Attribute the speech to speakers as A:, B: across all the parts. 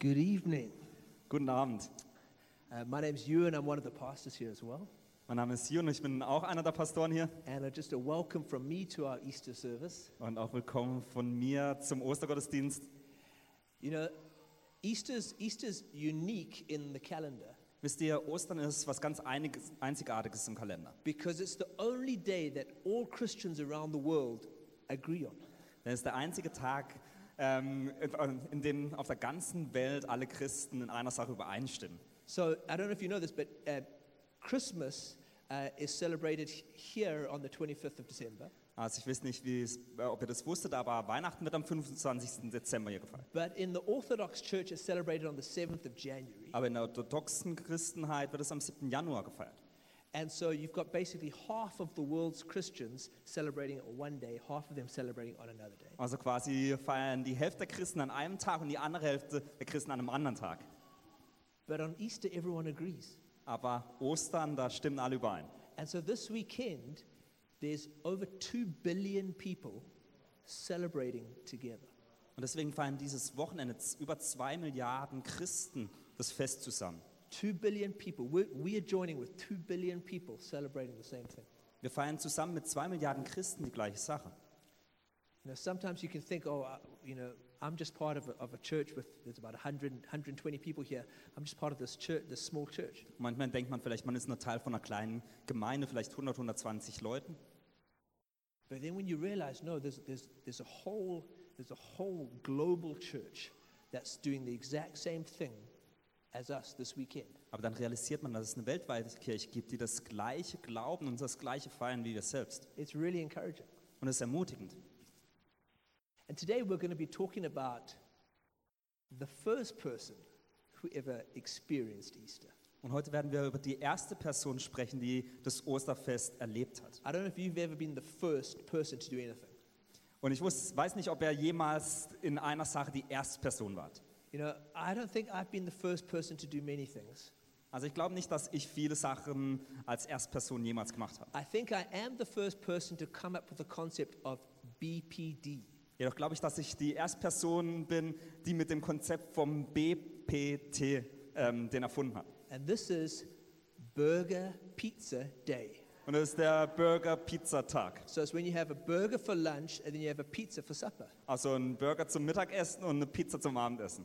A: Good evening.
B: Guten Abend.
A: Uh, my name's Ewan. I'm one of the pastors here as well.
B: Mein Name ist Sion und ich bin auch einer der Pastoren hier.
A: And uh, just a welcome from me to our Easter service.
B: Und auch willkommen von mir zum Ostergottesdienst.
A: You know, Easter's, Easter's unique in the calendar
B: Wisst ihr, Ostern ist was ganz einiges, Einzigartiges im Kalender.
A: because it's the only day that all Christians around the world agree on.
B: Denn es ist der einzige Tag, ähm, in- in dem auf der ganzen Welt alle Christen in einer Sache übereinstimmen.
A: So I don't know if you know this, but uh, Christmas uh, is celebrated h- here on the 25th of December.
B: Also ich weiß nicht, wie es, äh, ob ihr das wusstet, aber Weihnachten wird am 25. Dezember hier gefeiert.
A: But in the Orthodox Church, it's celebrated on the 7th of January.
B: Aber in der orthodoxen Christenheit wird es am 7. Januar gefeiert.
A: And so you've got basically half of the world's Christians celebrating it on one day, half of them celebrating it on another day.
B: Also quasi feiern die Hälfte der Christen an einem Tag und die andere Hälfte der Christen an einem anderen Tag.
A: But on Easter, everyone agrees.
B: Aber Ostern, da stimmen alle überein.
A: And so this weekend, there's over 2 billion people celebrating together.
B: Und deswegen feiern dieses Wochenende z- über zwei Milliarden Christen das Fest zusammen.
A: 2 billion people. We're, we are joining with 2 billion people celebrating the same thing.
B: Wir feiern zusammen mit zwei Milliarden Christen die gleiche Sache.
A: You know, sometimes you can think, oh, I, you know, I'm just part of a, of a church with, there's about 100, 120 people here. I'm just part of this church, this small church.
B: Manchmal denkt man vielleicht, man ist nur Teil von einer kleinen Gemeinde, vielleicht 100, 120 Leuten.
A: But then when you realize, no, there's, there's, there's, a whole, there's a whole global church that's doing the exact same thing as us this weekend.
B: Aber dann realisiert man, dass es eine weltweite Kirche gibt, die das Gleiche glauben und das Gleiche feiern wie wir selbst.
A: It's really encouraging.
B: Und das ist ermutigend.
A: And today we're going to be talking about the first person who ever experienced Easter.
B: Und heute werden wir über die erste Person sprechen, die das Osterfest erlebt hat.
A: I don't know if you've ever been the first person to do anything.
B: Und ich wus- weiß nicht, ob er jemals in einer Sache die erste Person war.
A: You know, I don't think I've been the first person to do many things.
B: Also ich glaube nicht, dass ich viele Sachen als Erstperson jemals gemacht habe.
A: I think I am the first person to come up with the concept of BPD.
B: Jedoch glaube ich, dass ich die Erstperson bin, die mit dem Konzept vom BPT ähm, den erfunden hat.
A: And this is Burger Pizza Day.
B: Und das ist der Burger Pizza Tag.
A: So it's when you have a burger for lunch and then you have a pizza for supper.
B: Also ein Burger zum Mittagessen und eine Pizza zum Abendessen.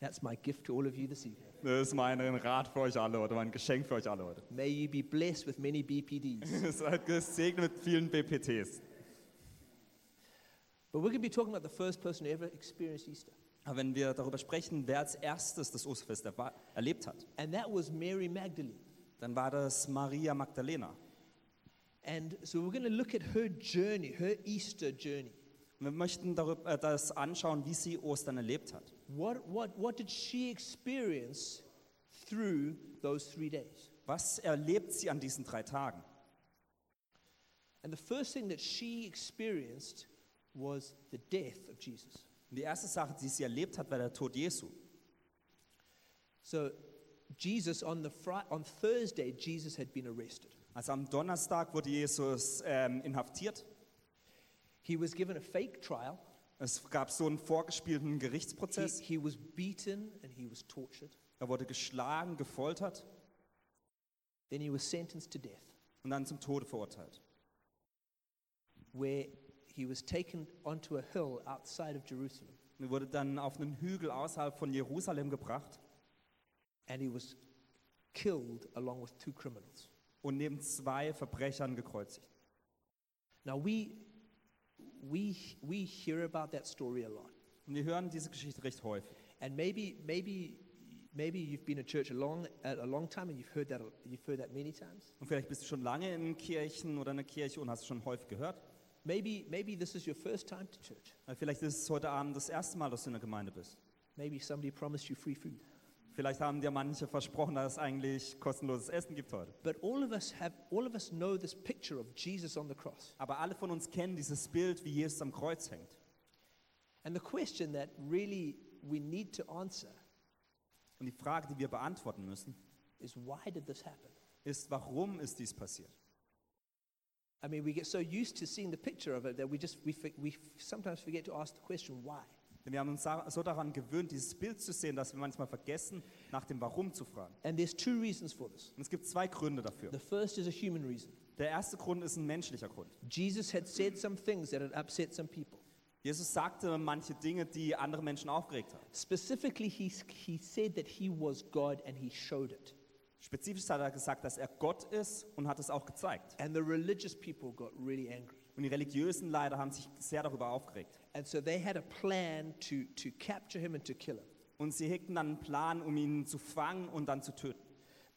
A: That's my gift to all of you this evening.
B: Das ist mein Rat für euch alle heute, mein Geschenk für euch alle heute.
A: May you be blessed with many BPDs.
B: Seid gesegnet mit vielen BPTs.
A: but we're going to be talking about the first person who ever experienced Easter.
B: Aber wenn wir darüber sprechen, wer als erstes das Osterfest erwa- erlebt hat,
A: And that was Mary Magdalene.
B: dann war das Maria Magdalena.
A: And so we're going to look at her journey, her Easter journey.
B: Und wir möchten darüber, äh, das anschauen, wie sie Ostern erlebt hat.
A: What, what, what did she experience through those three days?
B: Was erlebt sie an diesen drei Tagen?
A: And the first thing that she experienced was the death of Jesus.
B: Und die erste Sache, die sie erlebt hat, war der Tod Jesu.
A: So Jesus on the Fri- on Thursday Jesus had been arrested.
B: Also am Donnerstag wurde Jesus ähm, inhaftiert.
A: He was given a fake trial.
B: Es gab so einen vorgespielten
A: He,
B: Gerichtsprozess.
A: he was beaten and he was tortured.
B: Er wurde geschlagen, gefoltert
A: Then he was sentenced to death,
B: und dann zum Tode verurteilt.
A: where he was taken onto a hill outside of Jerusalem
B: Und er wurde dann auf einen Hügel außerhalb von Jerusalem gebracht
A: and he was killed along with two criminals.
B: und neben zwei Verbrechern gekreuzigt.
A: Now we we we hear about that story a lot.
B: Und wir hören diese Geschichte recht häufig.
A: And maybe maybe maybe you've been at church a long a a long time and you've heard that you've heard that many times.
B: Und vielleicht bist du schon lange in Kirchen oder in der Kirche und hast es schon häufig gehört.
A: Maybe maybe this is your first time to church.
B: Weil Vielleicht ist es heute Abend das erste Mal, dass du in der Gemeinde bist.
A: Maybe somebody promised you free food.
B: Vielleicht haben dir manche versprochen, dass es eigentlich kostenloses Essen gibt heute.
A: But all of us have all of us know this picture of Jesus on the cross.
B: Aber alle von uns kennen dieses Bild, wie Jesus am Kreuz hängt.
A: And the question that really we need to answer
B: Und die Frage, die wir beantworten müssen,
A: is why did this happen?
B: ist, warum ist dies passiert?
A: I mean, we get so used to seeing the picture of it that we just we, for- we f- sometimes forget to ask the question why.
B: Denn wir haben uns da- so daran gewöhnt, dieses Bild zu sehen, dass wir manchmal vergessen, nach dem Warum zu fragen.
A: And there's two reasons for this.
B: Und es gibt zwei Gründe dafür.
A: The first is a human reason.
B: Der erste Grund ist ein menschlicher Grund.
A: Jesus had said some things that had upset some people.
B: Jesus sagte manche Dinge, die andere Menschen aufgeregt haben.
A: Specifically, he, he said that he was God and he showed it.
B: Spezifisch hat er gesagt, dass er Gott ist und hat es auch gezeigt.
A: And the religious people got really angry.
B: Und die Religiösen leider haben sich sehr darüber aufgeregt.
A: And so they had a plan to, to capture him and to kill him.
B: Und sie hegten dann einen Plan, um ihn zu fangen und dann zu töten.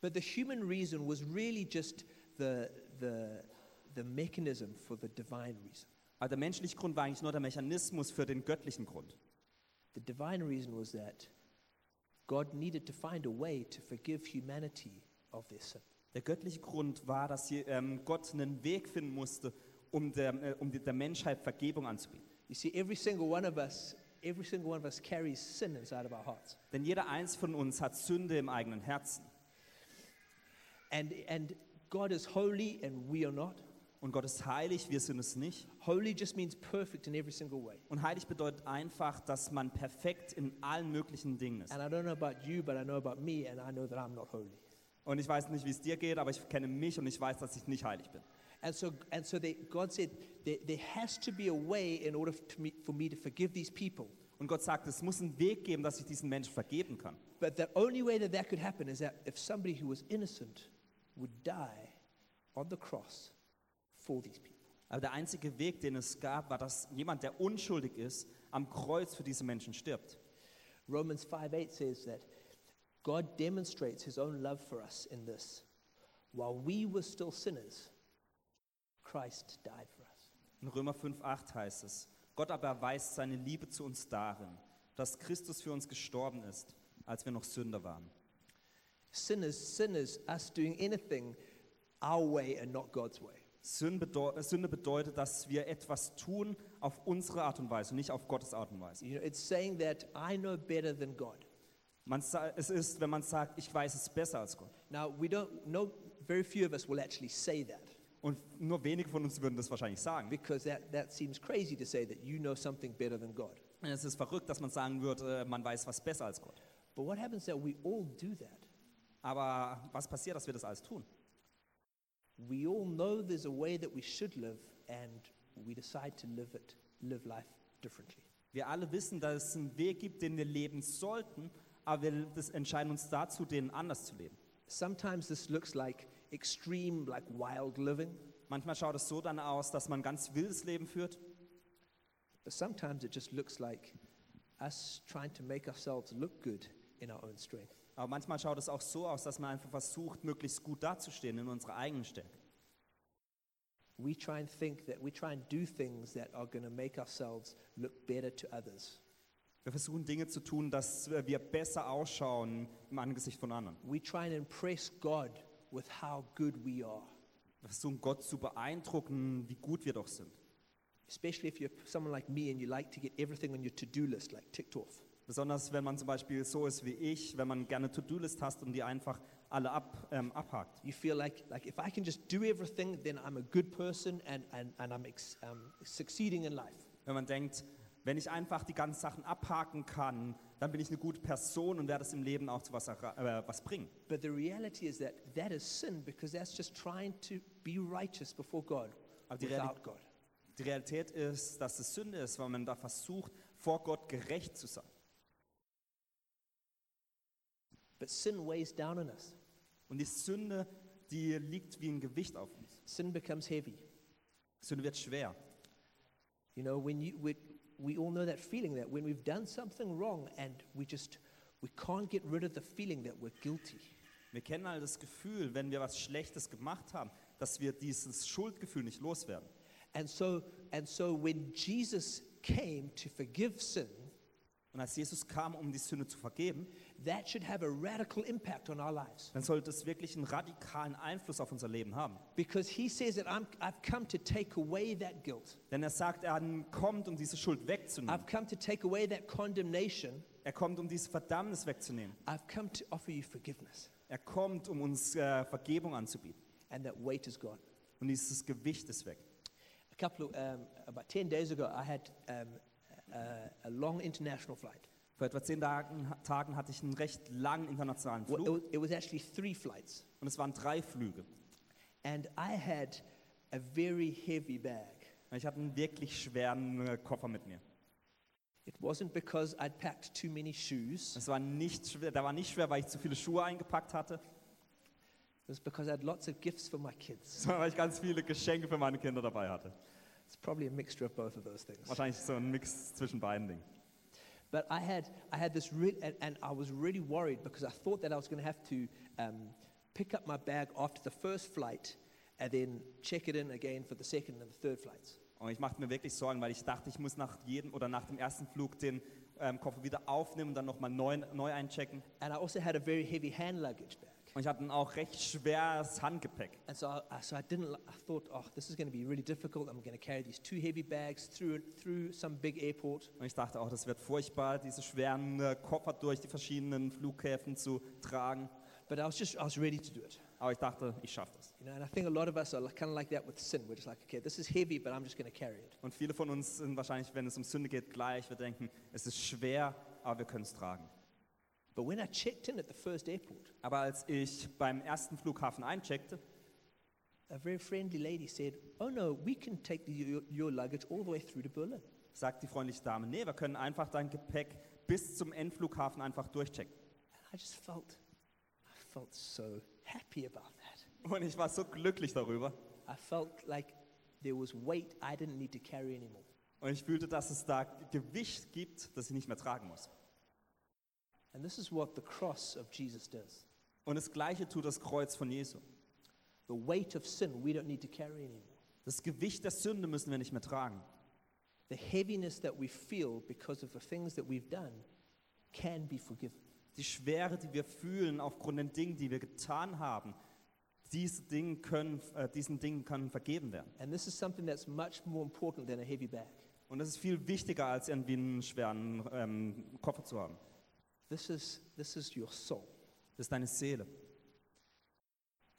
A: But the human reason was really just the, the, the mechanism for the divine reason.
B: Aber der menschliche Grund war eigentlich nur der Mechanismus für den göttlichen Grund.
A: The divine reason was that God needed to find a way to forgive humanity of their sin.
B: Der göttliche Grund war, dass je- ähm, Gott einen Weg finden musste, um der, äh, um die- der Menschheit Vergebung anzubieten.
A: You see, every single one of us, every single one of us carries sin inside of our hearts.
B: Denn jeder eins von uns hat Sünde im eigenen Herzen.
A: And, and God is holy and we are not.
B: Und Gott ist heilig, wir sind es nicht.
A: Holy just means perfect in every single way.
B: Und heilig bedeutet einfach, dass man perfekt in allen möglichen Dingen ist.
A: And I don't know about you, but I know about me, and I know that I'm not holy.
B: Und ich weiß nicht, wie es dir geht, aber ich kenne mich und ich weiß, dass ich nicht heilig bin.
A: And so, and so they, God said, there, there has to be a way in order to me, for me to forgive these people.
B: Und Gott sagt, es muss einen Weg geben, dass ich diesen Menschen vergeben kann.
A: But the only way that that could happen is that if somebody who was innocent would die on the cross for these people.
B: Aber der einzige Weg, den es gab, war, dass jemand, der unschuldig ist, am Kreuz für diese Menschen stirbt.
A: Romans 5 8 says that God demonstrates his own love for us in this. While we were still sinners, Christ died for us.
B: In Römer 5,8 heißt es: Gott aber erweist seine Liebe zu uns darin, dass Christus für uns gestorben ist, als wir noch Sünder waren.
A: Sinners, sinners, us doing anything our way and not God's way.
B: Sünde bedeu- äh, Sünde bedeutet, dass wir etwas tun auf unsere Art und Weise, nicht auf Gottes Art und Weise.
A: You know, it's saying that I know better than God.
B: Man, sa- es ist, wenn man sagt, ich weiß es besser als Gott.
A: Now, we don't know, very few of us will actually say that
B: Und nur wenige von uns würden das wahrscheinlich sagen.
A: because that, that seems crazy to say that you know something better than God.
B: Es ist verrückt, dass man sagen würde, man weiß was besser als Gott.
A: But what happens that we all do that?
B: Aber was passiert, dass wir das alles tun?
A: We all know there's a way that we should live and we decide to live it, live life differently.
B: Wir alle wissen, dass es einen Weg gibt, den wir leben sollten, aber wir das entscheiden uns dazu, den anders zu leben.
A: Sometimes this looks like extreme, like wild living,
B: Manchmal schaut es so dann aus, dass man ein ganz wildes Leben führt,
A: but sometimes it just looks like us trying to make ourselves look good in our own strength.
B: aber manchmal schaut es auch so aus, dass man einfach versucht, möglichst gut dazustehen in unserer eigenen Stärke.
A: we try and think that we try and do things that are going to make ourselves look better to others.
B: Wir versuchen Dinge zu tun, dass wir besser ausschauen im Angesicht von anderen.
A: We try and impress God with how good we are,
B: Wir versuchen Gott zu beeindrucken, wie gut wir doch sind.
A: especially if you're someone like me and you like to get everything on your to do list like ticked off.
B: Besonders wenn man zum Beispiel so ist wie ich, wenn man gerne To-Do-List hast und die einfach alle ab, ähm, abhakt.
A: You feel like, like if I can just do everything, then I'm a good person and, and, and I'm ex, um, succeeding in life.
B: Wenn man denkt, wenn ich einfach die ganzen Sachen abhaken kann, dann bin ich eine gute Person und werde es im Leben auch zu was, erra- äh, was bringen.
A: But the reality is that that is sin because that's just trying to be righteous before God
B: I'll be ready.
A: without God.
B: Die Realität ist, dass es Sünde ist, weil man da versucht, vor Gott gerecht zu sein.
A: But sin weighs down on us,
B: Und die Sünde, die liegt wie ein Gewicht auf uns.
A: sin becomes heavy.
B: Sünde wird schwer.
A: You know, when you, we, we all know that feeling that when we've done something wrong and we just, we can't get rid of the feeling that we're guilty.
B: Wir kennen all das Gefühl, wenn wir was Schlechtes gemacht haben, dass wir dieses Schuldgefühl nicht loswerden.
A: And so, and so when Jesus came to forgive sin,
B: Und als Jesus kam, um die Sünde zu vergeben,
A: that should have a radical impact on our lives.
B: dann sollte es wirklich einen radikalen Einfluss auf unser Leben haben.
A: Because he says that I'm, I've come to take away that guilt.
B: Denn er sagt, er kommt, um diese Schuld
A: I've
B: wegzunehmen.
A: come to take away that condemnation.
B: Er kommt, um diese Verdammnis wegzunehmen.
A: I've come to offer you forgiveness.
B: Er kommt, um uns äh, Vergebung anzubieten.
A: And that weight is gone.
B: Und dieses Gewicht ist weg.
A: A couple of, um, about 10 days ago, I had um, uh, a long international flight.
B: Vor etwa zehn Tagen, Tagen hatte ich einen recht langen internationalen
A: Well,
B: Flug
A: it was actually three flights.
B: und es waren drei Flüge.
A: And I had a very heavy bag.
B: Ich hatte einen wirklich schweren äh, Koffer mit mir.
A: It wasn't because I'd packed too many shoes.
B: Es war nicht schwer, der war nicht schwer, weil ich zu viele Schuhe eingepackt hatte,
A: It was because I had lots of gifts for my kids.
B: sondern weil ich ganz viele Geschenke für meine Kinder dabei hatte.
A: It's probably a mixture of both of those things.
B: Wahrscheinlich so ein Mix zwischen beiden Dingen.
A: But I had, I had this, re- and, and I was really worried because I thought that I was going to have to um, pick up my bag after the first flight and then check it in again for the second and the third flights.
B: Und ich machte mir wirklich Sorgen, weil ich dachte, ich muss nach jedem oder nach dem ersten Flug den ähm, Koffer wieder aufnehmen und dann nochmal neu, neu einchecken.
A: And I also had a very heavy hand luggage bag.
B: Und ich hatte ein auch recht schweres Handgepäck.
A: And so I- I, so I didn't, li- I thought, oh, this is going to be really difficult. I'm going to carry these two heavy bags through, through some big airport.
B: Und ich dachte auch, das wird furchtbar, diese schweren äh, Koffer durch die verschiedenen Flughäfen zu tragen.
A: But I was just, I was ready to do it.
B: Aber ich dachte, ich schaffe das.
A: You know, and I think a lot of us are kind of like that with sin. We're just like, okay, this is heavy, but I'm just going to carry it.
B: Und viele von uns sind wahrscheinlich, wenn es um Sünde geht, gleich. Wir denken, es ist schwer, aber wir können es tragen.
A: But when I checked in at the first airport,
B: Aber als ich beim ersten Flughafen eincheckte,
A: a very friendly lady said, oh no, we can take the, your, your luggage all the way through to Berlin.
B: sagt die freundliche Dame, nee, wir können einfach dein Gepäck bis zum Endflughafen einfach durchchecken.
A: And I just felt, I felt so happy about that.
B: Und ich war so glücklich darüber.
A: I felt like there was weight I didn't need to carry anymore.
B: Und ich fühlte, dass es da Gewicht gibt, das ich nicht mehr tragen muss.
A: And this is what the cross of Jesus does.
B: Und das Gleiche tut das Kreuz von Jesu.
A: The weight of sin we don't need to carry anymore.
B: Das Gewicht der Sünde müssen wir nicht mehr tragen.
A: The heaviness that we feel because of the things that we've done can be forgiven.
B: Die Schwere, die wir fühlen aufgrund den Dingen, die wir getan haben, diese Dinge können, äh, diesen Dingen können vergeben werden.
A: And this is something that's much more important than a heavy bag.
B: Und das ist viel wichtiger, als irgendwie einen schweren ähm, Koffer zu haben.
A: This is, this is your soul.
B: Das ist deine Seele.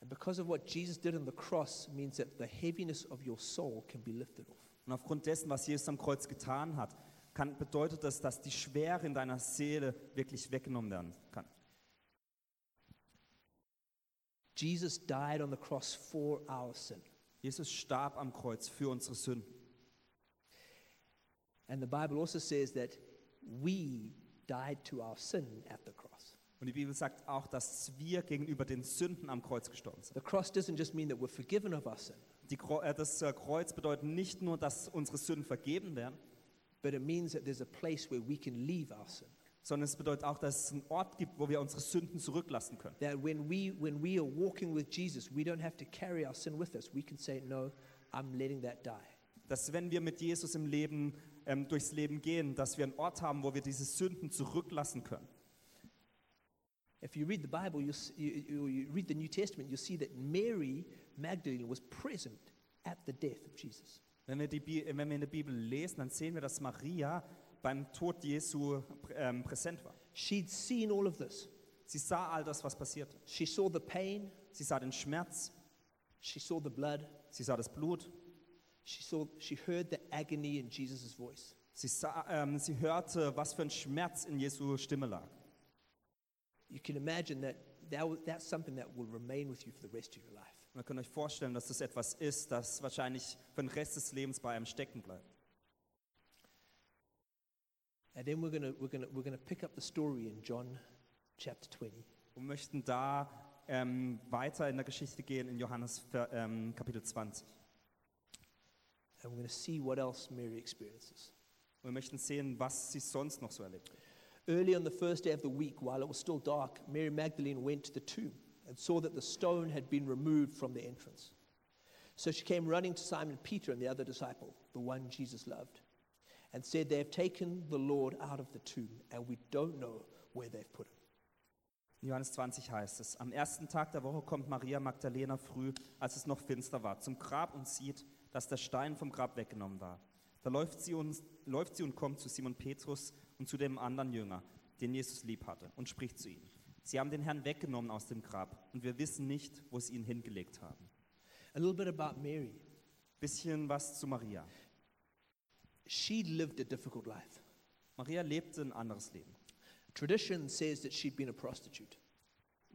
A: And because of what Jesus did on the cross means that the heaviness of your soul can be lifted off.
B: Und aufgrund dessen, was Jesus am Kreuz getan hat, kann, bedeutet das, dass die Schwere in deiner Seele wirklich weggenommen werden kann.
A: Jesus died on the cross for our sin.
B: Jesus starb am Kreuz für unsere Sünden.
A: And the Bible also says that we died to our sin at the cross.
B: Und die Bibel sagt auch, dass wir gegenüber den Sünden am Kreuz gestorben sind.
A: The cross doesn't just mean that we're forgiven of our sin,
B: Die, Kro- äh, das äh, Kreuz bedeutet nicht nur, dass unsere Sünden vergeben werden,
A: but it means that there's a place where we can leave our sin.
B: sondern es bedeutet auch, dass es einen Ort gibt, wo wir unsere Sünden zurücklassen können.
A: That when we, when we are walking with Jesus, we don't have to carry our sin with us. We can say, No, I'm letting that die.
B: Dass wenn wir mit Jesus im Leben ähm, durchs Leben gehen, dass wir einen Ort haben, wo wir diese Sünden zurücklassen können.
A: If you read the Bible, you'll see, you, you, you read the New Testament, you'll see that Mary Magdalene was present at the death of Jesus.
B: Wenn wir, die Bi äh, wenn wir in der Bibel lesen, dann sehen wir, dass Maria beim Tod Jesu pr- ähm, präsent war.
A: She'd seen all of this.
B: Sie sah all das, was passierte.
A: She saw the pain,
B: Sie sah den Schmerz,
A: she saw the blood,
B: sie sah das Blut,
A: she, saw, she heard the agony in Jesus' voice.
B: sie, sah, ähm, sie hörte, was für ein Schmerz in Jesu Stimme lag.
A: You can imagine that, that w- that's something that will remain with you for the rest of your life.
B: Und ihr könnt euch vorstellen, dass das etwas ist, das wahrscheinlich für den Rest des Lebens bei einem stecken bleibt.
A: And then we're going we're gonna, we're gonna pick up the story in John chapter 20.
B: Und möchten da ähm, weiter in der Geschichte gehen, in Johannes ver- ähm, Kapitel 20.
A: And we're going to see what else Mary experiences.
B: Und wir möchten sehen, was sie sonst noch so erlebt.
A: Early on the first day of the week, while it was still dark, Mary Magdalene went to the tomb and saw that the stone had been removed from the entrance. So she came running to Simon Peter and the other disciple, the one Jesus loved, and said, They have taken the Lord out of the tomb, and we don't know where they've put him.
B: In Johannes 20 heißt es, am ersten Tag der Woche kommt Maria Magdalena früh, als es noch finster war, zum Grab und sieht, dass der Stein vom Grab weggenommen war. Da läuft sie, und, läuft sie und kommt zu Simon Petrus und zu dem anderen Jünger, den Jesus lieb hatte, und spricht zu ihnen. Sie haben den Herrn weggenommen aus dem Grab und wir wissen nicht, wo sie ihn hingelegt haben.
A: A little bit about Mary.
B: Bisschen was zu Maria.
A: She lived a difficult life.
B: Maria lebte ein anderes Leben.
A: Tradition says that she'd been a prostitute.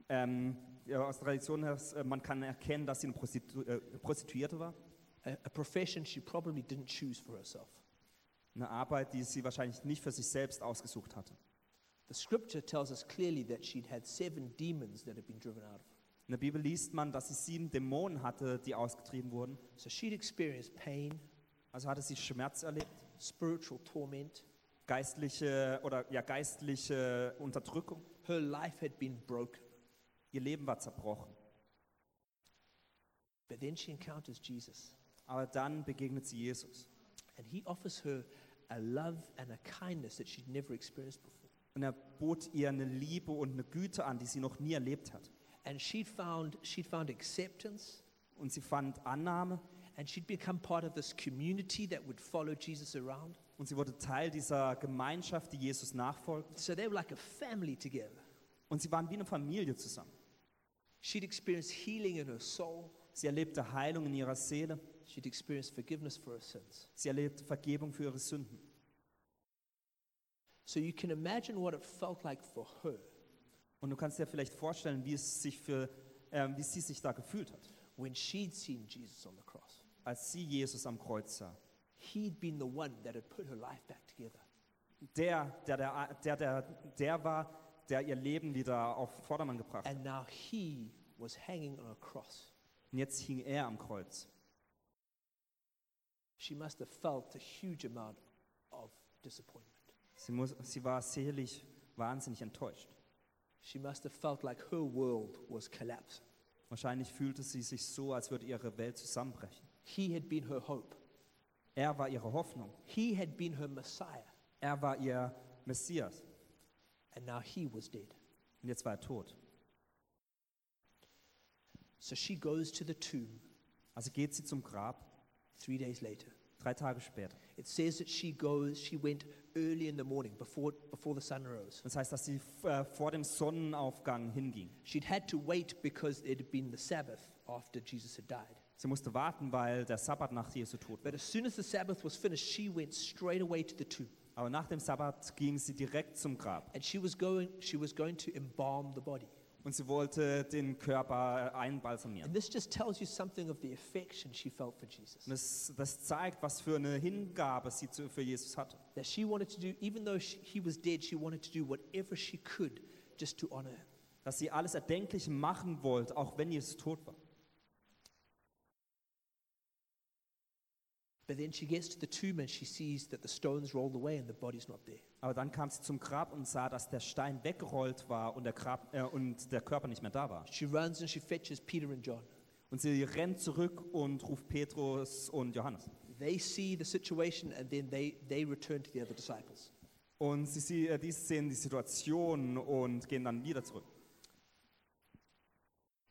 B: Ähm, ja, aus Tradition her, äh, man kann erkennen, dass sie eine Prostitu äh, Prostituierte war.
A: a, a profession she probably didn't choose for herself.
B: Eine Arbeit, die sie wahrscheinlich nicht für sich selbst ausgesucht hatte.
A: The scripture tells us clearly that she'd had seven demons that had been driven out of her.
B: In der Bibel liest man, dass sie sieben Dämonen hatte, die ausgetrieben wurden.
A: So she'd experienced pain,
B: Also hatte sie Schmerz erlebt,
A: spiritual torment.
B: geistliche oder ja geistliche Unterdrückung.
A: Her life had been broken.
B: Ihr Leben war zerbrochen.
A: But then she encounters Jesus,
B: Aber dann begegnet sie Jesus
A: and he offers her a love and a kindness that she'd never experienced before.
B: und er bot ihr eine Liebe und eine Güte an, die sie noch nie erlebt hat.
A: And she'd found, she'd found acceptance,
B: Und sie fand Annahme
A: and she'd become part of this community that would follow Jesus around.
B: und sie wurde Teil dieser Gemeinschaft, die Jesus nachfolgt.
A: So they were like a family together.
B: Und sie waren wie eine Familie zusammen.
A: She'd experienced healing in her soul,
B: Sie erlebte Heilung in ihrer Seele.
A: She'd experienced forgiveness for her sins.
B: Sie erlebte Vergebung für ihre Sünden.
A: So you can imagine what it felt like for her
B: Und du kannst dir vielleicht vorstellen, wie, es sich für, ähm, wie sie sich da gefühlt hat,
A: when she'd seen Jesus on the cross.
B: als sie Jesus am Kreuz sah.
A: He'd been the one that had put her life back together.
B: Der, der, der, der, der, der war, der ihr Leben wieder auf Vordermann gebracht hat.
A: And now he was hanging on a cross.
B: Und jetzt hing er am Kreuz.
A: She must have felt a huge amount of disappointment.
B: Sie, muss, sie war seelisch wahnsinnig enttäuscht.
A: She must have felt like her world was collapsing.
B: Wahrscheinlich fühlte sie sich so, als würde ihre Welt zusammenbrechen.
A: He had been her hope,
B: Er war ihre Hoffnung.
A: he had been her Messiah,
B: Er war ihr Messias.
A: and now he was dead.
B: Und jetzt war er tot.
A: So she goes to the tomb
B: Also geht sie zum Grab,
A: three days later.
B: drei Tage später.
A: It says that she goes, she went early in the morning before, before the sun rose.
B: Das heißt, dass sie äh, vor dem Sonnenaufgang hinging.
A: She'd had to wait because it had been the Sabbath after Jesus had died.
B: Sie musste warten, weil der Sabbat nach Jesu Tod war.
A: But as soon as the Sabbath was finished, she went straight away to the tomb.
B: Aber nach dem Sabbat ging sie direkt zum Grab.
A: And she was going, she was going to embalm the body.
B: Und sie wollte den Körper äh, einbalsamieren.
A: And this just tells you something of the affection she felt for Jesus.
B: Und das, das zeigt, was für eine Hingabe sie zu, für Jesus hatte.
A: That she wanted to do, even though she, he was dead, she wanted to do whatever she could just to honor him.
B: Dass sie alles Erdenkliche machen wollte, auch wenn Jesus tot war.
A: But then she gets to the tomb and she sees that the stone's rolled away and the body's not there.
B: Aber dann kam sie zum Grab und sah, dass der Stein weggerollt war und der, Grab, äh, und der Körper nicht mehr da war.
A: She runs and she fetches Peter and John.
B: Und sie rennt zurück und ruft Petrus und Johannes.
A: They see the situation and then they, they return to the other disciples.
B: Und sie, sie, äh, die sehen die Situation und gehen dann wieder zurück.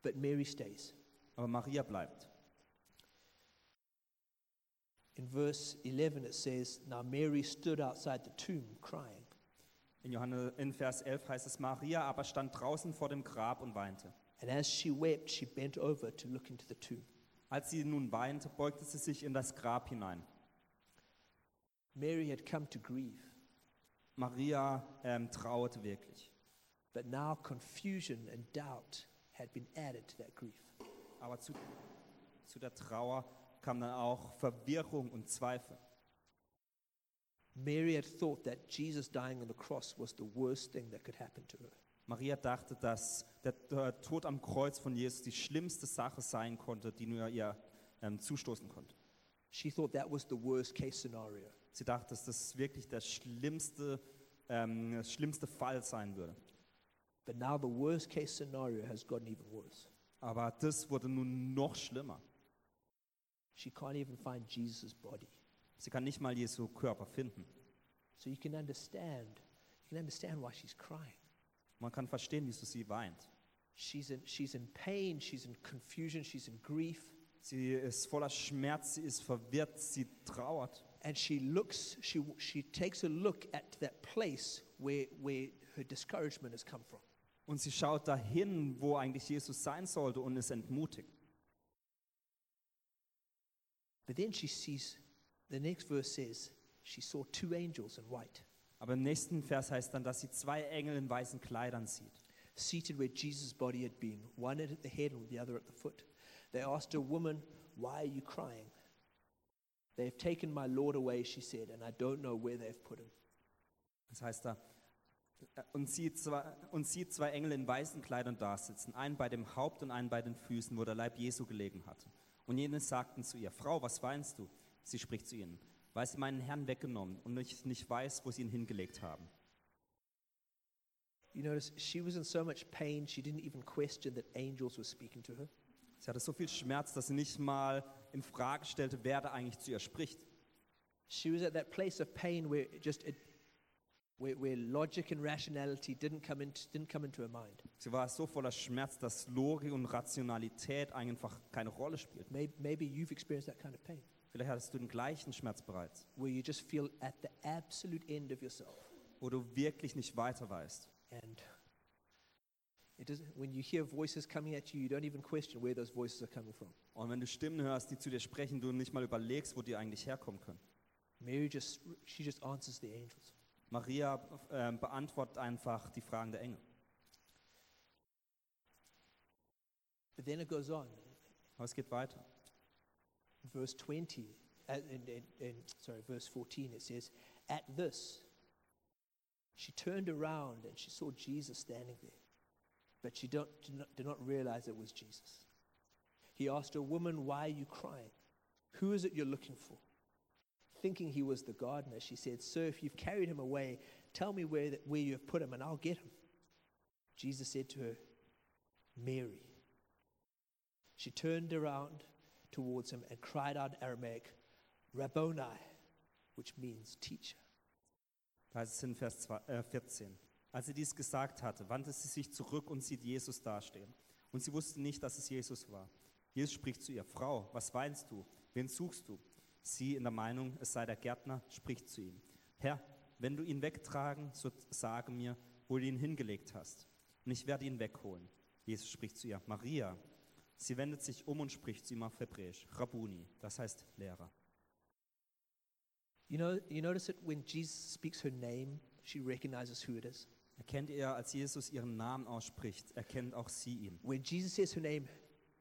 A: But Mary stays.
B: Aber Maria bleibt.
A: In verse 11, it says, Now Mary stood outside the tomb crying.
B: In, Johannes, in Vers 11 heißt es, Maria aber stand draußen vor dem Grab und weinte.
A: And as she wept, she bent over to look into the tomb.
B: Als sie nun weinte, beugte sie sich in das Grab hinein.
A: Mary had come to grieve,
B: Maria ähm, trauerte wirklich.
A: but now confusion and doubt had been added to that grief.
B: Aber zu, zu der Trauer kam dann auch Verwirrung und Zweifel.
A: Mary had thought that Jesus dying on the cross was the worst thing that could happen to her.
B: Maria dachte, dass der, der Tod am Kreuz von Jesus die schlimmste Sache sein konnte, die nur ihr ähm, zustoßen konnte.
A: She thought that was the worst case scenario.
B: Sie dachte, dass das wirklich der schlimmste, ähm, schlimmste Fall sein würde.
A: But now the worst case scenario has gotten even worse.
B: Aber das wurde nun noch schlimmer.
A: She can't even find Jesus' body.
B: Sie kann nicht mal Jesu Körper finden.
A: So you can understand, you can understand why she's crying.
B: Man kann verstehen, wieso sie weint.
A: She's in, she's in pain, she's in confusion, she's in grief,
B: Sie ist voller Schmerz, sie ist verwirrt, sie trauert.
A: and she looks, she, she takes a look at that place where, where her discouragement has come from.
B: Und sie schaut dahin, wo eigentlich Jesus sein sollte und ist entmutigt.
A: But then she sees, the next verse says, she saw two angels in white
B: Aber im nächsten Vers heißt dann, dass sie zwei Engel in weißen Kleidern sieht.
A: seated where Jesus' body had been, one at the head and the other at the foot. They asked her, Woman, why are you crying? They have taken my Lord away, she said, and I don't know where they have put him.
B: Das heißt da, äh, und sieht, zwei, und sieht zwei Engel in weißen Kleidern dasitzen, einen bei dem Haupt und einen bei den Füßen, wo der Leib Jesu gelegen hatte. Und jene sagten zu ihr, Frau, was weinst du? Sie spricht zu ihnen, weil sie meinen Herrn weggenommen und ich nicht weiß, wo sie ihn hingelegt haben.
A: You notice she was in so much pain, she didn't even question that angels were speaking to her.
B: Sie hatte so viel Schmerz, dass sie nicht mal in Frage stellte, wer da eigentlich zu ihr spricht.
A: She was at that place of pain where it just it, where, where logic and rationality didn't come, into, didn't come into her mind.
B: Sie war so voller Schmerz, dass Logik und Rationalität einfach keine Rolle spielten.
A: Maybe, maybe you've experienced that kind of pain
B: Vielleicht hattest du den gleichen Schmerz bereits,
A: where you just feel at the absolute end of yourself.
B: wo du wirklich nicht weiter weißt.
A: And it doesn't, when you hear voices coming at you, you don't even question where those voices are coming from.
B: Und wenn du Stimmen hörst, die zu dir sprechen, du nicht mal überlegst, wo die eigentlich herkommen können.
A: Mary just, she just answers the angels.
B: Maria äh, beantwortet einfach die Fragen der Engel.
A: But then it goes on.
B: Aber es geht weiter.
A: Verse 20, uh, in, in, in, sorry, verse 14, it says, At this, she turned around and she saw Jesus standing there. But she don't, did, not, did not realize it was Jesus. He asked her, Woman, why are you crying? Who is it you're looking for? Thinking he was the gardener, she said, Sir, if you've carried him away, tell me where, that, where you have put him and I'll get him. Jesus said to her, Mary. She turned around towards him and cried out in Aramaic, Rabboni, which means teacher.
B: Da heißt es in Vers zwei- äh, 14. Als sie dies gesagt hatte, wandte sie sich zurück und sieht Jesus dastehen. Und sie wusste nicht, dass es Jesus war. Jesus spricht zu ihr, Frau, was weinst du? Wen suchst du? Sie in der Meinung, es sei der Gärtner, spricht zu ihm. Herr, wenn du ihn wegtragen, so sage mir, wo du ihn hingelegt hast. Und ich werde ihn wegholen. Jesus spricht zu ihr, Maria. Sie wendet sich um und spricht zu ihm auf Hebräisch, Rabuni, das heißt Lehrer.
A: You know, you notice that when Jesus speaks her name, she recognizes who it is.
B: Erkennt ihr, als Jesus ihren Namen ausspricht, erkennt auch sie ihn.
A: When Jesus says her name,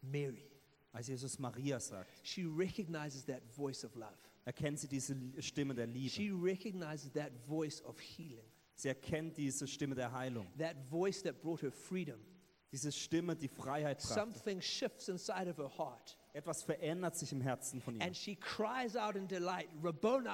A: Mary,
B: Als Jesus Maria sagt,
A: she recognizes that voice of love.
B: erkennt sie diese L- Stimme der Liebe.
A: She recognizes that voice of healing,
B: Sie erkennt diese Stimme der Heilung.
A: that voice that brought her freedom.
B: Diese Stimme, die Freiheit brachte.
A: Something shifts inside of her heart,
B: Etwas verändert sich im Herzen von ihr.
A: and she cries out in delight, Rabboni.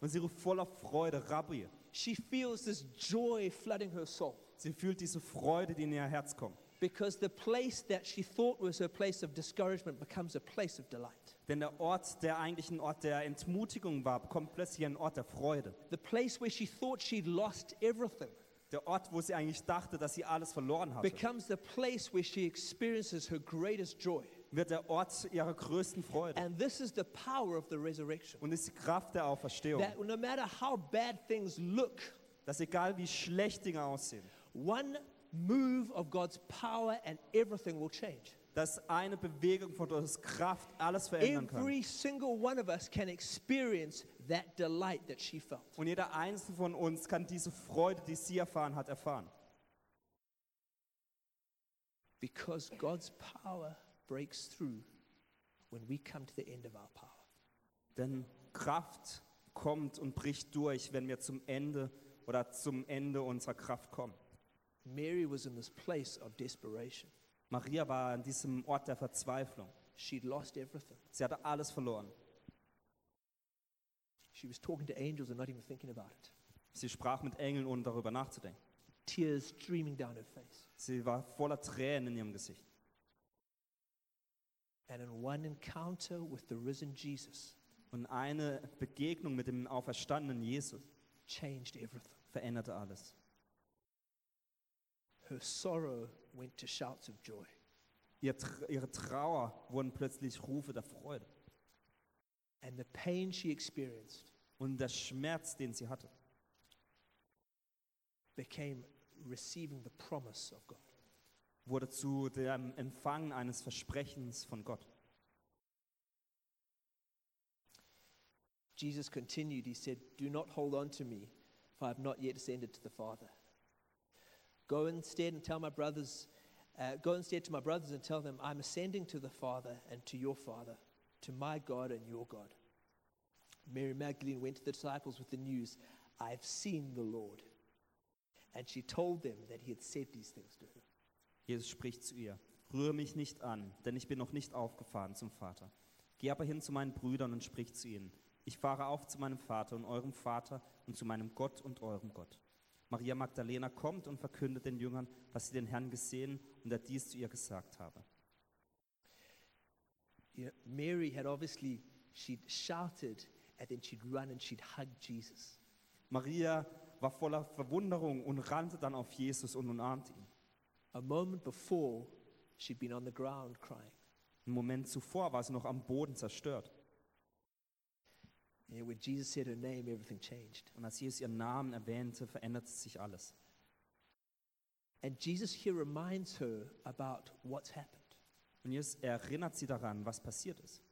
B: Und sie ruft voller Freude, Rabbi.
A: She feels this joy flooding her soul.
B: Sie fühlt diese Freude, die in ihr Herz kommt.
A: Because the place that she thought was her place of discouragement becomes a place of delight.
B: Denn der Ort, der eigentlich ein Ort der Entmutigung war, bekommt plötzlich einen Ort der Freude.
A: The place where she thought she'd lost everything
B: Der Ort, wo sie eigentlich dachte, dass sie alles verloren hatte,
A: becomes the place where she experiences her greatest joy.
B: wird der Ort ihrer größten Freude.
A: And this is the power of the resurrection.
B: Und ist die Kraft der Auferstehung.
A: That no matter how bad things look,
B: Dass egal wie schlecht Dinge aussehen,
A: one move of God's power and everything will change.
B: dass eine Bewegung von Gottes Kraft alles verändern kann.
A: Every single one of us can experience that delight that she felt.
B: Und jeder Einzelne von uns kann diese Freude, die sie erfahren hat, erfahren.
A: Because God's power breaks through when we come to the end of our power.
B: Denn Kraft kommt und bricht durch, wenn wir zum Ende oder zum Ende unserer Kraft kommen.
A: Mary was in this place of desperation.
B: Maria war an diesem Ort der Verzweiflung.
A: She'd lost everything.
B: Sie hatte alles verloren.
A: She was talking to angels and not even thinking about it.
B: Sie sprach mit Engeln, ohne darüber nachzudenken.
A: Tears streaming down her face.
B: Sie war voller Tränen in ihrem Gesicht.
A: And in one encounter with the risen Jesus,
B: Und eine Begegnung mit dem auferstandenen Jesus
A: changed everything.
B: veränderte alles.
A: Her sorrow went to shouts of joy.
B: Ihr, Tr- ihre Trauer wurden plötzlich Rufe der Freude.
A: And the pain she experienced
B: Und der Schmerz, den sie hatte,
A: became receiving the promise of God.
B: wurde zu dem Empfang eines Versprechens von Gott.
A: Jesus continued, he said, Do not hold on to me, for I have not yet ascended to the Father. Go instead and tell my brothers, uh, go instead to my brothers and tell them, I'm ascending to the Father and to your Father, to my God and your God. Mary Magdalene went to the disciples with the news, I've seen the Lord. And she told them that he had said these things to her.
B: Jesus spricht zu ihr, rühre mich nicht an, denn ich bin noch nicht aufgefahren zum Vater. Geh aber hin zu meinen Brüdern und sprich zu ihnen, ich fahre auf zu meinem Vater und eurem Vater und zu meinem Gott und eurem Gott. Maria Magdalena kommt und verkündet den Jüngern, dass sie den Herrn gesehen und er dies zu ihr gesagt habe.
A: You know, Mary had obviously, she'd shouted and then she'd run and she'd hug Jesus.
B: Maria war voller Verwunderung und rannte dann auf Jesus und umarmte ihn.
A: A moment before, she'd been on the ground crying.
B: Einen Moment zuvor war sie noch am Boden zerstört.
A: You know, when Jesus said her name, everything changed.
B: Und als Jesus ihren Namen erwähnte, veränderte sich alles.
A: And Jesus here reminds her about what's happened.
B: Und Jesus erinnert sie daran, was passiert ist.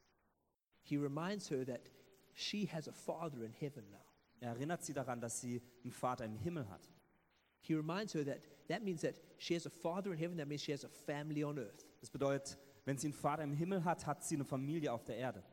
A: He reminds her that she has a father in heaven now.
B: Er erinnert sie daran, dass sie einen Vater im Himmel hat.
A: He reminds her that that means that she has a father in heaven, that means she has a family on earth.
B: Das bedeutet, wenn sie einen Vater im Himmel hat, hat sie eine Familie auf der Erde.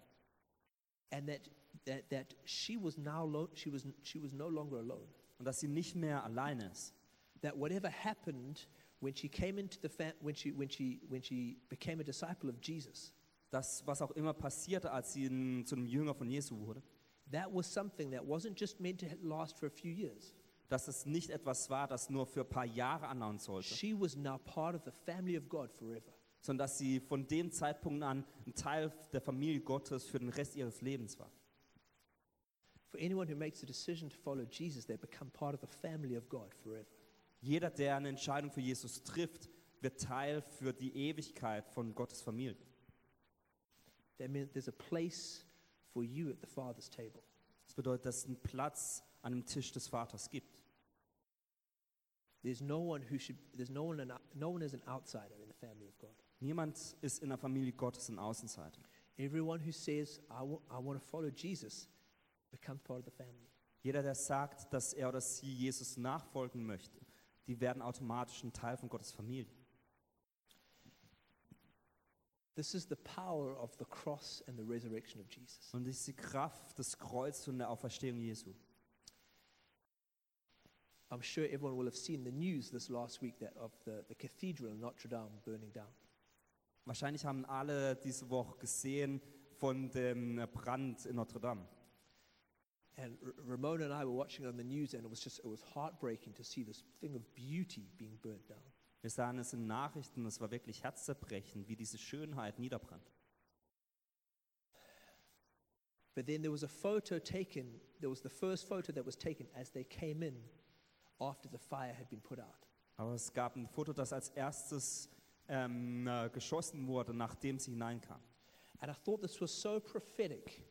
A: And that, that, that she, was now lo- she, was, she was no longer alone.
B: Und dass sie nicht mehr alleine ist.
A: That whatever happened when she came into the fam- when, she, when, she, when she became a disciple of Jesus,
B: Das, was auch immer passierte, als sie ein, zu einem Jünger von Jesu wurde,
A: that was something that wasn't just meant to last for a few years.
B: dass es nicht etwas war, das nur für ein paar Jahre anhauen sollte,
A: She was now part of the family of God forever.
B: sondern dass sie von dem Zeitpunkt an ein Teil der Familie Gottes für den Rest ihres Lebens war.
A: For anyone who makes the decision to follow Jesus, they become part of the family of God forever.
B: Jeder, der eine Entscheidung für Jesus trifft, wird Teil für die Ewigkeit von Gottes Familie.
A: That means there's a place for you at the Father's table.
B: Das bedeutet, dass es einen Platz an dem Tisch des Vaters gibt.
A: There's no one who should. There's no one. An, no one is an outsider in the family of God.
B: Niemand ist in der Familie Gottes ein Außenseiter.
A: Everyone who says, "I want to follow Jesus," becomes part of the family.
B: Jeder, der sagt, dass er oder sie Jesus nachfolgen möchte, die werden automatisch ein Teil von Gottes Familie.
A: This is the power of the cross and the resurrection of Jesus.
B: Und das ist die Kraft des Kreuzes und der Auferstehung Jesu.
A: I'm sure everyone will have seen the news this last week that of the, the cathedral in Notre Dame burning down.
B: Wahrscheinlich haben alle diese Woche gesehen von dem Brand in Notre Dame.
A: And R- Ramona and I were watching on the news, and it was just it was heartbreaking to see this thing of beauty being burnt down.
B: Wir sahen es in Nachrichten, es war wirklich herzzerbrechend, wie diese Schönheit niederbrannt.
A: But then there was a photo taken, there was the first photo that was taken as they came in after the fire had been put out.
B: Aber es gab ein Foto, das als erstes ähm, äh, geschossen wurde, nachdem sie hineinkam.
A: And I thought this was so prophetic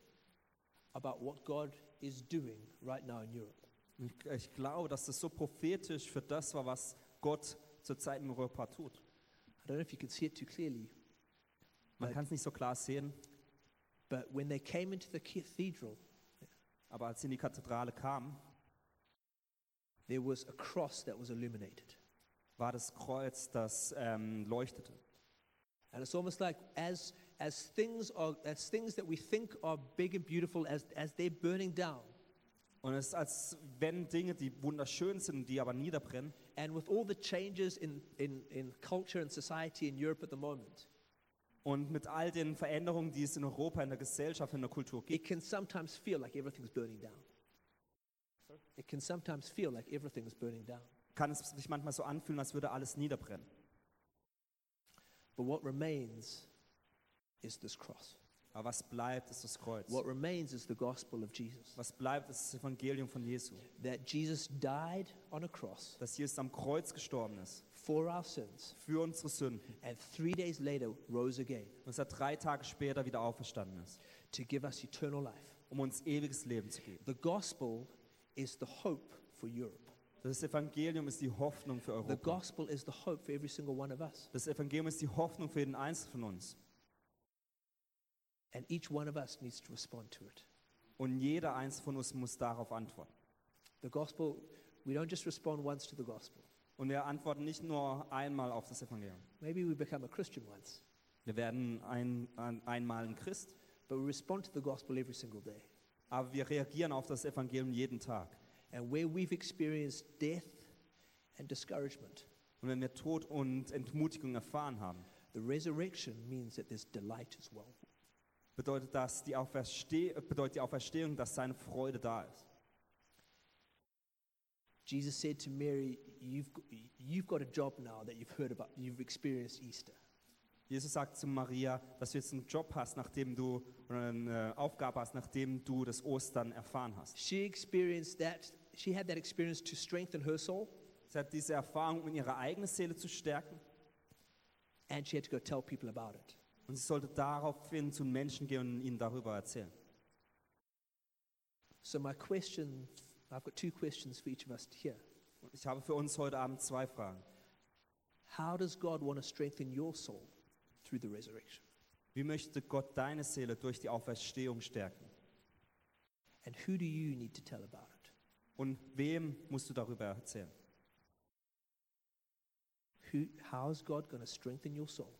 A: about what God is doing right now in Europe.
B: Und Ich, ich glaube, dass das so prophetisch für das war, was Gott zurzeit in Europa tut.
A: I don't know if you can see it too clearly,
B: Man
A: Weil-
B: kann es nicht so klar sehen,
A: but when they came into the cathedral,
B: aber als sie in die Kathedrale kamen,
A: there was a cross that was illuminated.
B: war das Kreuz, das ähm, leuchtete.
A: And it's almost like as, as, things are, as things that we think are big and beautiful, as, as they're burning down,
B: Und es ist, als wenn Dinge, die wunderschön sind, die aber niederbrennen,
A: and with all the changes in, in, in culture and society in Europe at the moment,
B: und mit all den Veränderungen, die es in Europa, in der Gesellschaft, in der Kultur gibt,
A: it can sometimes feel like everything's burning down. It can sometimes feel like everything is burning down.
B: kann es sich manchmal so anfühlen, als würde alles niederbrennen.
A: But what remains is this cross.
B: Aber was bleibt, ist das Kreuz.
A: What remains is the gospel of Jesus.
B: Was bleibt, ist das Evangelium von Jesu.
A: That Jesus died on a cross
B: Dass Jesus am Kreuz gestorben ist,
A: for our sins
B: für unsere Sünden.
A: and three days later rose again
B: Und dass er drei Tage später wieder auferstanden ist,
A: to give us eternal life.
B: um uns ewiges Leben zu geben.
A: The gospel is the hope for Europe.
B: Das Evangelium ist die Hoffnung für
A: The
B: Europa.
A: gospel is the hope for every single one of us.
B: Das Evangelium ist die Hoffnung für jeden Einzelnen von uns.
A: And each one of us needs to respond to it.
B: Und jeder eins von uns muss darauf antworten.
A: The gospel, we don't just respond once to the gospel.
B: Und wir antworten nicht nur einmal auf das Evangelium.
A: Maybe we become a Christian once,
B: Wir werden ein, ein, einmal ein Christ,
A: but we respond to the gospel every single day.
B: aber wir reagieren auf das Evangelium jeden Tag.
A: And where we've experienced death and discouragement,
B: Und wenn wir Tod und Entmutigung erfahren haben,
A: the resurrection means that there's delight as well.
B: bedeutet, das die Auferste bedeutet die Auferstehung, dass seine Freude da ist.
A: Jesus said to Mary, you've, g- you've got a job now that you've heard about, you've experienced Easter.
B: Jesus sagt zu Maria, dass du jetzt einen Job hast, nachdem du oder eine Aufgabe hast, nachdem du das Ostern erfahren hast.
A: She experienced that, she had that experience to strengthen her soul,
B: Sie hat diese Erfahrung, um ihre eigene Seele zu stärken,
A: and she had to go tell people about it.
B: und sie sollte daraufhin zu Menschen gehen und ihnen darüber erzählen.
A: So, my question I've got two questions for each of us here.
B: Und ich habe für uns heute Abend zwei Fragen.
A: How does God want to strengthen your soul through the resurrection?
B: Wie möchte Gott deine Seele durch die Auferstehung stärken?
A: And who do you need to tell about it?
B: Und wem musst du darüber erzählen?
A: Who, how is God going to strengthen your soul?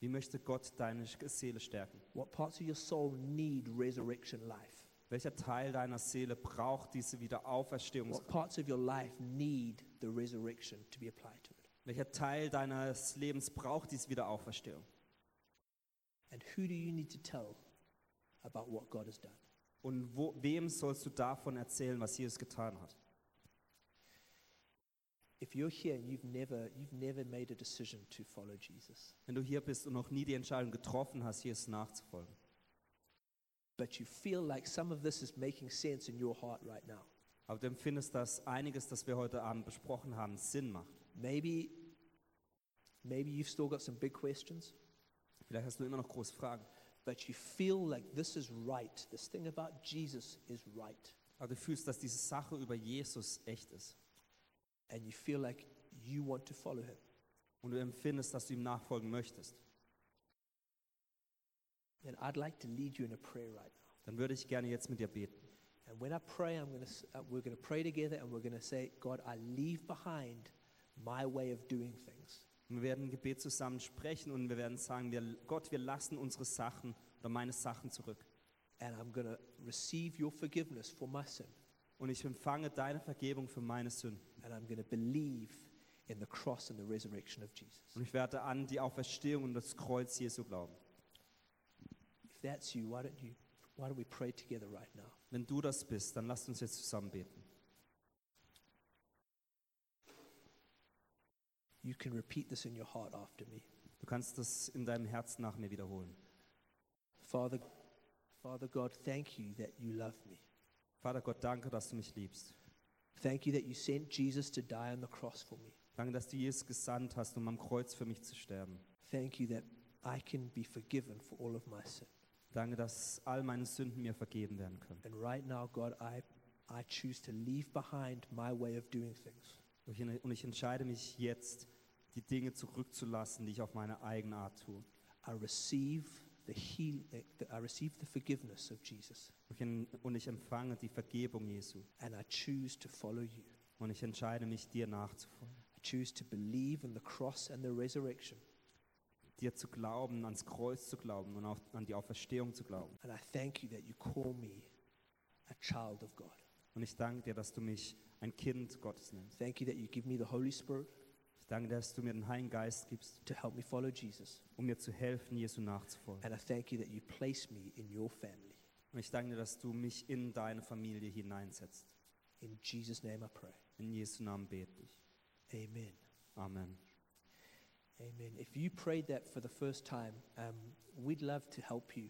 B: Wie möchte Gott deine Seele stärken?
A: What parts of your soul need resurrection life?
B: Welcher Teil deiner Seele braucht diese Wiederauferstehung?
A: What parts of your life need the resurrection to be applied to it?
B: Welcher Teil deines Lebens braucht diese Wiederauferstehung?
A: And who do you need to tell about what God has done?
B: Und wo, wem sollst du davon erzählen, was Jesus getan hat?
A: If you're here and you've never, you've never made a decision to follow Jesus,
B: Wenn du hier bist und noch nie die Entscheidung getroffen hast, Jesus nachzufolgen,
A: but you feel like some of this is making sense in your heart right now,
B: aber du empfindest, dass einiges, das wir heute Abend besprochen haben, Sinn macht.
A: maybe, maybe you've still got some big questions,
B: Vielleicht hast du immer noch große Fragen,
A: but you feel like this is right. This thing about Jesus is right.
B: aber du fühlst, dass diese Sache über Jesus echt ist.
A: And you feel like you want to follow him.
B: Und du empfindest, dass du ihm nachfolgen möchtest.
A: And I'd like to lead you in a prayer right now.
B: Dann würde ich gerne jetzt mit dir beten.
A: And when I pray, I'm gonna, s- uh, we're going to pray together and we're going to say, God, I leave behind my way of doing things.
B: Und wir werden ein Gebet zusammen sprechen und wir werden sagen, wir, Gott, wir lassen unsere Sachen oder meine Sachen zurück.
A: And I'm going to receive your forgiveness for my sin.
B: Und ich empfange deine Vergebung für meine Sünden.
A: And I'm going to believe in the cross and the resurrection of Jesus.
B: Und ich werde an die Auferstehung und das Kreuz Jesu glauben.
A: If that's you, why don't you, why don't we pray together right now?
B: Wenn du das bist, dann lasst uns jetzt zusammen beten.
A: You can repeat this in your heart after me.
B: Du kannst das in deinem Herzen nach mir wiederholen.
A: Father, Father God, thank you that you love me.
B: Vater Gott, danke, dass du mich liebst.
A: Thank you that you sent Jesus to die on the cross for me.
B: Danke, dass du Jesus gesandt hast, um am Kreuz für mich zu sterben.
A: Thank you that I can be forgiven for all of my sin.
B: Danke, dass all meine Sünden mir vergeben werden können.
A: And right now, God, I, I choose to leave behind my way of doing things.
B: Und ich- Und ich entscheide mich jetzt, die Dinge zurückzulassen, die ich auf meine eigene Art tue.
A: I receive the heal, the, the- I receive the forgiveness of Jesus,
B: Ich en- Und ich empfange die Vergebung Jesu.
A: and I choose to follow you.
B: Und ich entscheide mich, dir nachzufolgen.
A: I choose to believe in the cross and the resurrection,
B: Dir zu glauben, ans Kreuz zu glauben und auch an die Auferstehung zu glauben.
A: and I thank you that you call me a child of God.
B: Und ich danke dir, dass du mich ein Kind Gottes nennst.
A: Thank you that you give me the Holy Spirit
B: Ich danke dir, dass du mir den Heiligen Geist gibst,
A: to help me follow Jesus,
B: um mir zu helfen, Jesu nachzufolgen.
A: and I thank you that you place me in your family.
B: Und ich danke dir, dass du mich in deine Familie hineinsetzt.
A: In Jesus' name I pray.
B: In Jesu Namen bete ich.
A: Amen.
B: Amen.
A: Amen. If you prayed that for the first time, um, we'd love to help you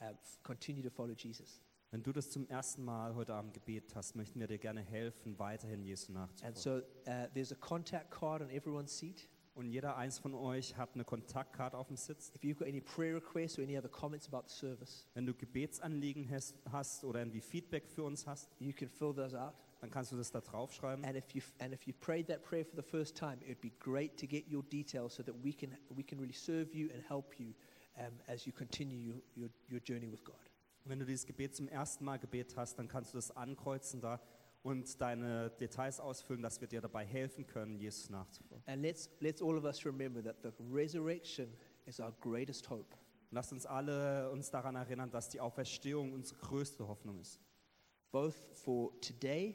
A: uh, f- continue to follow Jesus.
B: Wenn du das zum ersten Mal heute Abend gebetet hast, möchten wir dir gerne helfen, weiterhin Jesu
A: And
B: nachzufolgen.
A: so uh, there's a contact card on everyone's seat.
B: Und jeder eins von euch hat eine Kontaktkarte auf dem Sitz.
A: If you've got any prayer requests or any other comments about the service,
B: Wenn du Gebetsanliegen hast- hast oder irgendwie Feedback für uns hast,
A: you can fill those out.
B: dann kannst du das da draufschreiben.
A: And if you and if you prayed that prayer for the first time, it'd be great to get your details so that we can we can really serve you and help you um, as you continue your, your, your journey with God.
B: Und wenn du dieses Gebet zum ersten Mal gebetet hast, dann kannst du das ankreuzen da und deine Details ausfüllen, dass wir dir dabei helfen können, Jesus nachzufolgen.
A: And let's, let's all of us remember that the resurrection is our greatest hope.
B: Lasst uns alle uns daran erinnern, dass die Auferstehung unsere größte Hoffnung ist.
A: both for today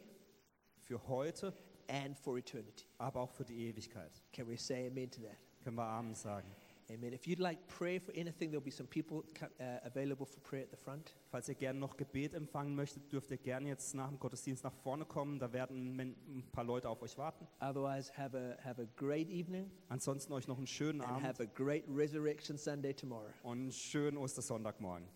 B: Für heute,
A: and for eternity.
B: aber auch für die Ewigkeit.
A: Can we say amen to that?
B: Können wir Amen sagen.
A: Amen. If you'd like prayer for anything, there'll be some people co- uh, available for prayer at the front.
B: Falls ihr gerne noch Gebet empfangen möchtet, dürft ihr gerne jetzt nach dem Gottesdienst nach vorne kommen. Da werden men- ein paar Leute auf euch warten.
A: Otherwise, have a, have a great evening
B: Ansonsten euch noch einen schönen
A: and
B: Abend
A: have a great Resurrection Sunday tomorrow.
B: und einen schönen Ostersonntagmorgen.